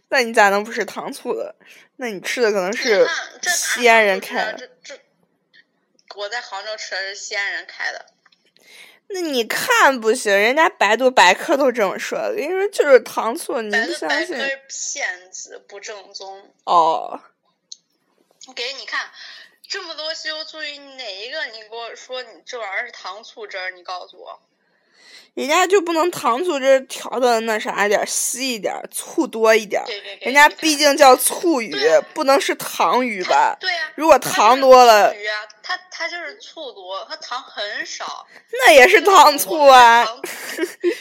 S2: 那你咋能不是糖醋的？那你吃的可能
S3: 你
S2: 是
S3: 看这哪
S2: 西安人
S3: 杭州
S2: 开
S3: 吃
S2: 的。
S3: 的，这这我在杭州吃的是西安人开的，
S2: 那你看不行，人家百度百科都这么说的，跟你说就是糖醋，嗯你
S3: 百
S2: 不
S3: 度
S2: 相
S3: 百科
S2: 信？
S3: 是骗子，不正宗。
S2: 哦，
S3: 我给你看，这么多西柚醋鱼，哪一个你给我说你这玩意儿是糖醋汁儿？你告诉我，
S2: 啊人家就不能糖醋汁调的那啥一点儿，稀一点儿，醋多一点儿。
S3: 对对对，
S2: 人家
S3: 你看
S2: 毕竟叫醋鱼，不能是糖鱼吧？
S3: 对呀、
S2: 如果
S3: 它
S2: 糖
S3: 就是
S2: 多了
S3: 醋鱼啊，它它就是醋多，它糖很少。
S2: 那也是糖醋啊！
S3: 糖 醋，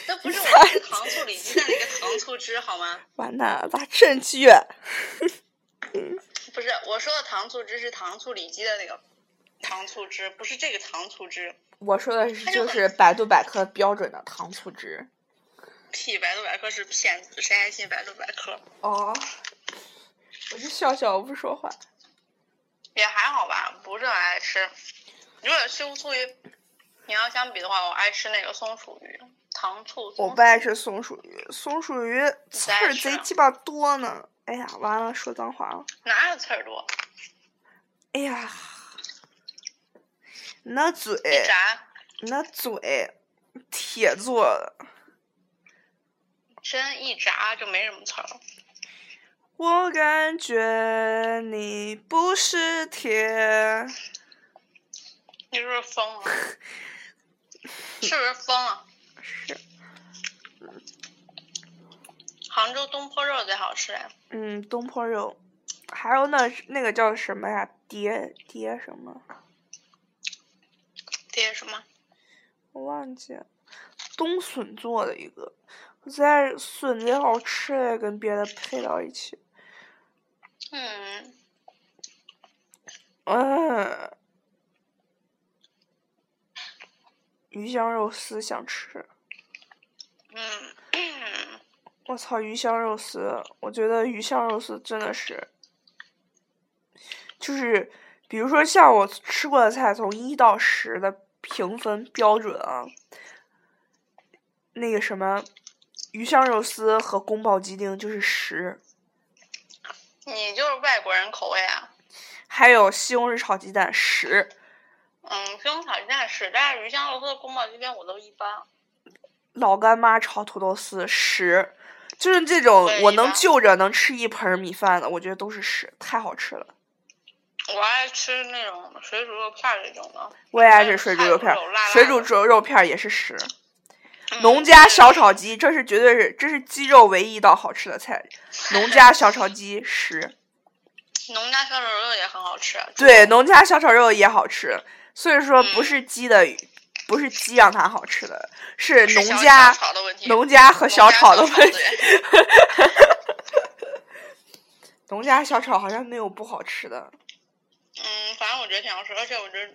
S3: 那不是我那个糖醋里鸡蛋那个糖醋汁好吗？
S2: 完蛋了，咋正剧？啊，
S3: 不是，我说的糖醋汁是糖醋里脊的那个糖醋汁，不是这个糖醋汁。
S2: 我说的是
S3: 它就
S2: 就
S3: 很
S2: 是百度百科标准的糖醋汁。
S3: 屁，百度百科是骗子，谁还信百度百科？
S2: 哦，我就笑笑，我不说话。
S3: 也还好吧，不是很爱吃。如果西湖醋鱼，你要相比的话，我爱吃那个松鼠鱼，糖醋松
S2: 我
S3: 鼠
S2: 不爱吃松鼠鱼，松鼠鱼刺儿
S3: 吃啊
S2: 贼鸡巴多呢。哎呀，完了，说脏话了。
S3: 哪有刺儿多？
S2: 哎呀，那嘴，
S3: 一炸
S2: 那嘴，铁做的。
S3: 真一炸就没什么刺儿了。
S2: 我感觉你不是铁。
S3: 你是不是疯 了？是不是疯了？
S2: 是，
S3: 杭州东坡肉最好吃哎，
S2: 嗯，东坡肉，还有那那个叫什么呀？蝶蝶什么？
S3: 爹什么？
S2: 我忘记了。冬笋做的一个，我在笋贼好吃哎，跟别的配到一起。
S3: 嗯，
S2: 嗯，鱼香肉丝想吃。
S3: 嗯嗯，
S2: 我操，鱼香肉丝，我觉得鱼香肉丝真的是，就是比如说像我吃过的菜，从一到十的评分标准啊，那个什么鱼香肉丝和宫保鸡丁就是十，
S3: 你就是外国人口味啊。
S2: 还有西红柿炒鸡蛋十，
S3: 嗯，西红柿炒鸡蛋是，但是鱼香肉丝、宫保鸡丁我都一般。
S2: 老干妈炒土豆丝十，就是这种
S3: 对
S2: 我
S3: 一
S2: 能
S3: 般
S2: 就着能吃一盆米饭的，我觉得都是十，太好吃了。
S3: 我爱吃那种水煮肉片儿这种的，嗯
S2: 我也爱
S3: 还有
S2: 吃水煮
S3: 菜
S2: 肉
S3: 骨
S2: 片儿
S3: 肉辣，
S2: 水
S3: 辣
S2: 煮
S3: 的
S2: 肉肉片儿也是十。
S3: 嗯
S2: 农家小炒鸡，这是绝对是，这是鸡肉唯一一道好吃的菜。农家小炒鸡十，
S3: 农家小炒肉也很好吃。
S2: 对，农家小炒肉也好吃。所以说，不
S3: 嗯
S2: 是鸡的，不是鸡让它好吃的，是
S3: 是
S2: 农
S3: 小
S2: 家
S3: 小炒的问题，
S2: 农家和
S3: 农
S2: 小
S3: 家
S2: 炒的问题。
S3: 对
S2: 农家小炒好像没有不好吃的，
S3: 嗯，反正我觉得挺好吃，而且我觉得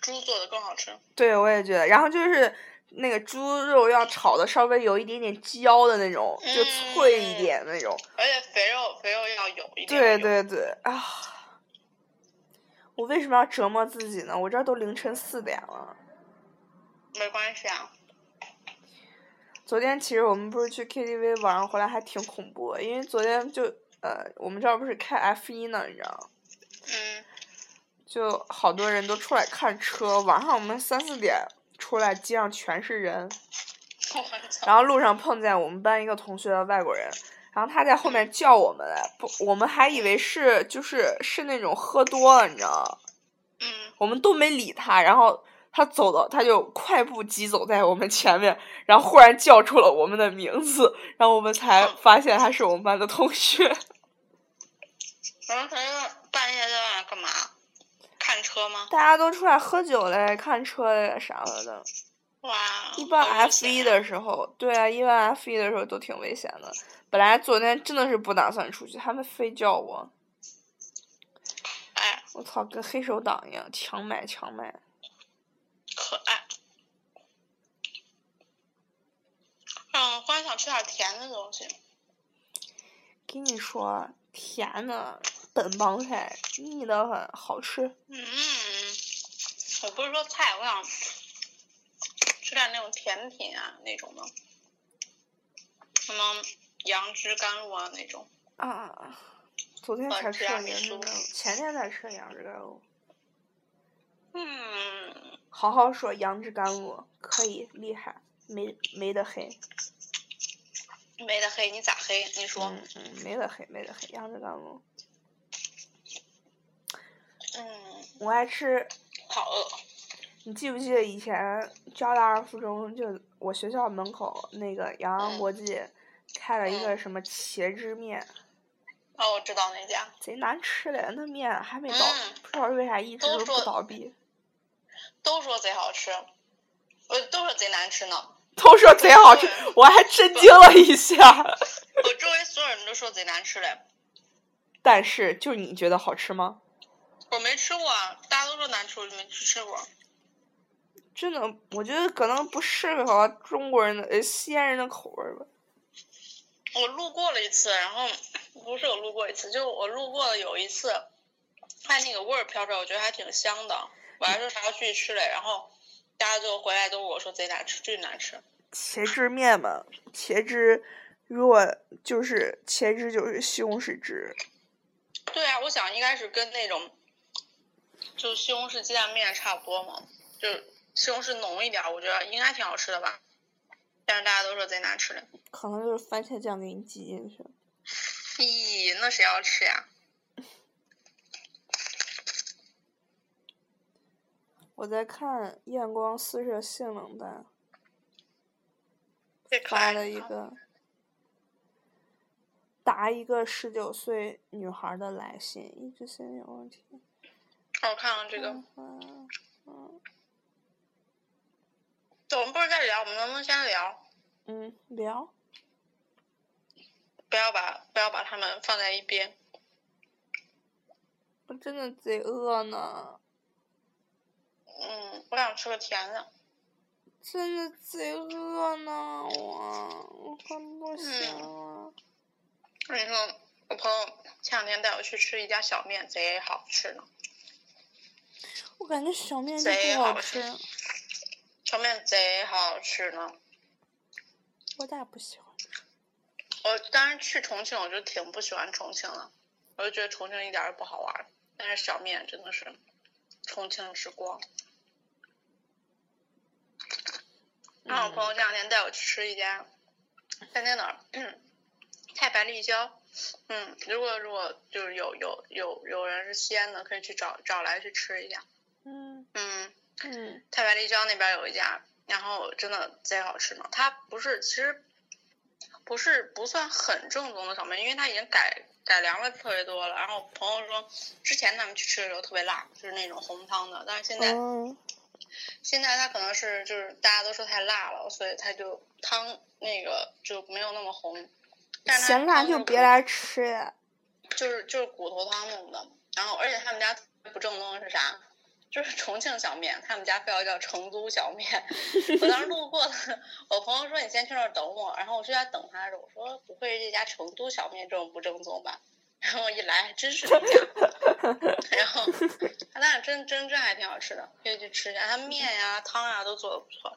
S3: 猪做的更好吃。
S2: 对我也觉得。然后就是那个猪肉要炒的稍微有一点点焦的那种，就脆一
S3: 嗯
S2: 点那种。
S3: 而且肥肉肥肉要有一点。
S2: 对。对对啊！我为什么要折磨自己呢？我这儿都凌晨四点了。
S3: 没关系啊，
S2: 昨天其实我们不是去 KTV 玩儿，回来还挺恐怖的，因为昨天就呃，我们这儿不是开 F 一呢，你知道吗，
S3: 嗯，
S2: 就好多人都出来看车。晚上我们三四点出来，街上全是人，
S3: 我操，
S2: 然后路上碰见我们班一个同学的外国人，然后他在后面叫我们来，不，我们还以为是就是是那种喝多了，你知道吗？
S3: 嗯，
S2: 我们都没理他，然后他走到，他就快步疾走在我们前面，然后忽然叫出了我们的名字，然后我们才发现他是我们班的同学。
S3: 然后他就半夜在外面干嘛？看车吗？
S2: 大家都出来喝酒嘞、看车嘞啥了 的。
S3: 哇，
S2: 一般
S3: 好危
S2: F
S3: 险啊
S2: 一
S3: 呀
S2: 的时候，对啊，一般 F 一的时候都挺危险的。本来昨天真的是不打算出去，他们非叫我，
S3: 爱
S2: 我操，跟黑手党一样，强买强买。
S3: 可爱。嗯，忽然想吃点甜的东西。
S2: 跟你说，啊甜的本帮菜，腻得很，好吃。
S3: 嗯，我不是说菜，我想吃点那种甜品啊，那种的，什么杨枝甘露啊那种。
S2: 啊，昨天
S3: 呃
S2: 才吃
S3: 提
S2: 了
S3: 拉
S2: 杨
S3: 米
S2: 枝
S3: 苏
S2: 甘露，前天才吃了杨枝甘露，
S3: 嗯，
S2: 哦好好说，杨枝甘露可以厉害，没没得黑。
S3: 没得黑，你咋黑？你说，
S2: 嗯嗯，没得黑，没得黑，杨枝甘露。
S3: 嗯，
S2: 我爱吃，
S3: 好饿。
S2: 你记不记得以前交大附中就我学校门口那个洋洋国际开了一个什么茄汁面，
S3: 哦，我知道那家，
S2: 贼难吃嘞，那面还没倒，
S3: 嗯
S2: 不知道为啥一直都
S3: 都
S2: 不
S3: 说
S2: 倒闭，
S3: 都说贼好吃，我都说贼难吃呢。
S2: 都说贼好吃，我还震惊了一下。
S3: 我周围所有人都说贼难吃嘞，
S2: 但是就你觉得好吃吗？
S3: 我没吃过啊，大家都说难吃，我就没去吃过。
S2: 真的，我觉得可能不适合中国人的呃西安人的口味儿吧。
S3: 我路过了一次，然后不是我路过一次，就我路过了有一次，它那个味儿飘出来，我觉得还挺香的，我还说啥要去吃嘞，然后大家就回来都跟我说贼难吃，巨难吃。
S2: 茄汁面嘛，茄汁如果就是茄汁就是西红柿汁，
S3: 对啊，我想应该是跟那种就是西红柿鸡蛋面差不多嘛，就是西红柿浓一点儿，我觉得应该挺好吃的吧。但是大家都说贼难吃的，
S2: 可能就是番茄酱给你挤进去。
S3: 咦，那谁要吃呀？
S2: 我在看《艳光四射性冷淡
S3: 最》可
S2: 发
S3: 爱
S2: 了
S3: 的
S2: 一个答一个十九岁女孩的来信，一直心有问题。
S3: 我看看这个，
S2: 嗯嗯
S3: 对我们不是在聊，我们能不能先聊？
S2: 嗯，聊
S3: 不要把不要把他们放在一边。
S2: 我真的贼饿呢，
S3: 嗯，我想吃个甜的。
S2: 真的贼啊饿呢，我我快不行了。
S3: 我跟你说，我朋友前两天带我去吃一家小面，贼好吃呢。
S2: 我感觉小面就
S3: 贼
S2: 不
S3: 好
S2: 吃，
S3: 小面贼好吃呢。
S2: 我咋不喜欢？
S3: 我当时去重庆，我就挺不喜欢重庆了，我就觉得重庆一点儿也不好玩儿。但是小面真的是重庆之光。然后我朋友这两天带我去吃一家，在那哪 儿，太白绿椒。嗯，如果如果就是有有有有人是西安的，可以去找找来去吃一下。
S2: 嗯
S3: 嗯，
S2: 嗯
S3: 太白丽江那边有一家，然后真的贼好吃呢。它不是，其实不是不算很正宗的小面，因为它已经改改良了特别多了。然后我朋友说，之前他们去吃的时候特别辣，就是那种红汤的，但是现在、
S2: 嗯，
S3: 现在它可能是就是大家都说太辣了，所以它就汤那个就没有那么红。但是它
S2: 嫌辣
S3: 汤
S2: 就别来吃呀。
S3: 就是就是骨头汤弄的。然后，而且他们家特别不正宗的是啥？就是重庆小面，他们家非要叫成都小面。我当时路过了，我朋友说你先去那儿等我，然后我就在等他的时候，我说不会是这家成都小面这种不正宗吧？然后一来还真是这家，然后但是真真真还挺好吃的，可以去吃一下。它面呀、汤呀都做的不错。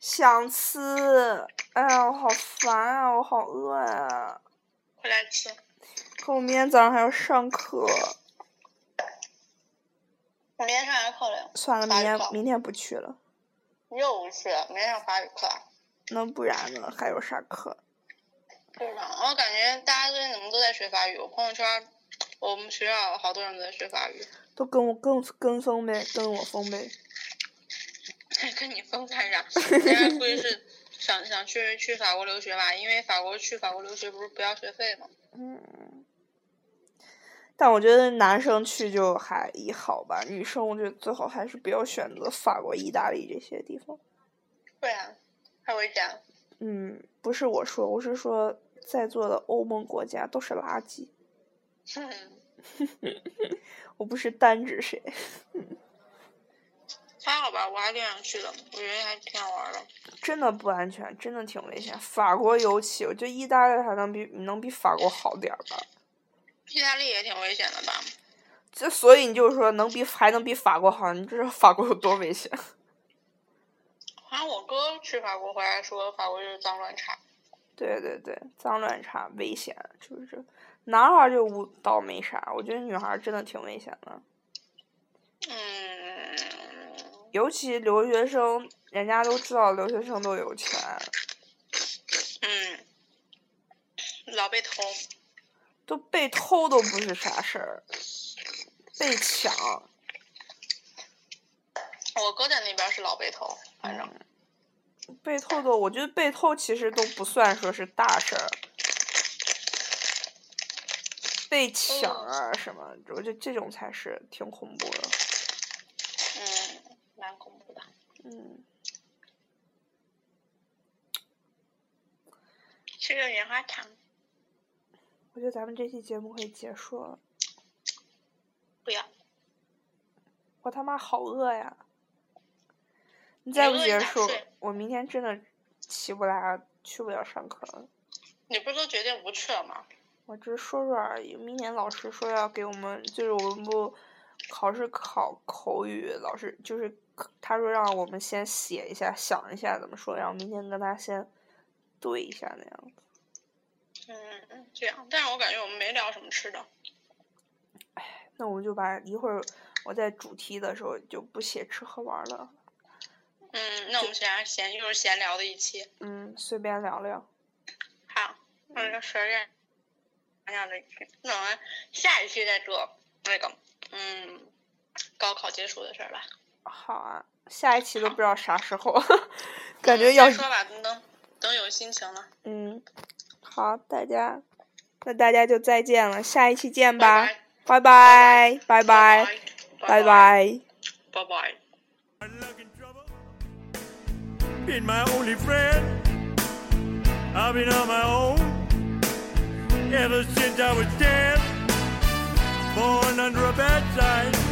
S2: 想吃，哎呀，我好烦啊，我好饿啊！
S3: 快来吃，
S2: 可我明天早上还要上课，
S3: 我明天上完课了，
S2: 算了，
S3: 法
S2: 明
S3: 语
S2: 天
S3: 课
S2: 明天不去了。
S3: 又是明天上法语课啊。
S2: 那不然呢？还有啥课？
S3: 对吧？我感觉大家最近怎么都在学法语，我朋友圈儿，我们学校好多人都在学法语，
S2: 都跟我跟跟风呗，跟我风呗。
S3: 跟你分干啥？人家估计 是想想去去法国留学吧，因为法国去法国留学不是不要学费吗？
S2: 嗯。但我觉得男生去就还也好吧，女生我觉得最好还是不要选择法国、意大利这些地方。
S3: 对啊，太危险了。
S2: 嗯，不是我说，我是说在座的欧盟国家都是垃圾，
S3: 哼
S2: 我不是单指谁。
S3: 还好吧，我还挺想去的，我觉得还挺好玩的。
S2: 真的不安全，真的挺危险。法国尤其，我觉得意大利还能比能比法国好点儿吧。
S3: 意大利也挺危险的吧？
S2: 这所以你就是说能比还能比法国好，你知道法国有多危险？
S3: 好像我哥去法国回来说，法国就是脏乱差。
S2: 对对对，脏乱差危险，就是这。男孩儿就无倒没啥，我觉得女孩儿真的挺危险的。
S3: 嗯，
S2: 尤其留学生，人家都知道留学生都有钱，
S3: 嗯，老被偷，
S2: 都被偷都不是啥事儿，被抢，
S3: 我哥在那边是老被偷，反正
S2: 被偷的，我觉得被偷其实都不算说是大事儿，被抢啊什么，我觉得这种才是挺恐怖的。
S3: 嗯，蛮恐怖的。
S2: 嗯，
S3: 吃个棉花糖，
S2: 我觉得咱们这期节目可以结束了。
S3: 不要，
S2: 我他妈好饿呀！你
S3: 你
S2: 再不
S3: 饿
S2: 结
S3: 你咋
S2: 束
S3: 睡，
S2: 我明天真的起不来了，去不了上课了。
S3: 你不是都决定不去了吗？
S2: 我只是说说而已。明年老师说要给我们，就是我们不考试考口语，老师就是他说让我们先写一下，想一下怎么说，然后明天跟他先对一下那样。
S3: 嗯，这样。但是我感觉我们没聊什么吃的。
S2: 那我们就把一会儿我在主题的时候就不写吃喝玩乐，
S3: 嗯，那我们闲闲又是闲聊的一期。
S2: 嗯，随便聊聊。
S3: 好，那就随便想想这一期。那我们下一期再说那个，嗯，高考结束的事儿吧。
S2: 好啊，下一期都不知道啥时候， 感觉要
S3: 嗯再说吧，等等有心情了。
S2: 嗯，好，大家，那大家就再见了，下一期见吧，拜拜，拜拜，拜
S3: 拜拜，
S2: 拜。
S3: 拜拜。
S1: My luck and trouble been my only friend. I've been on my own ever since I was ten. Born under a bad sign.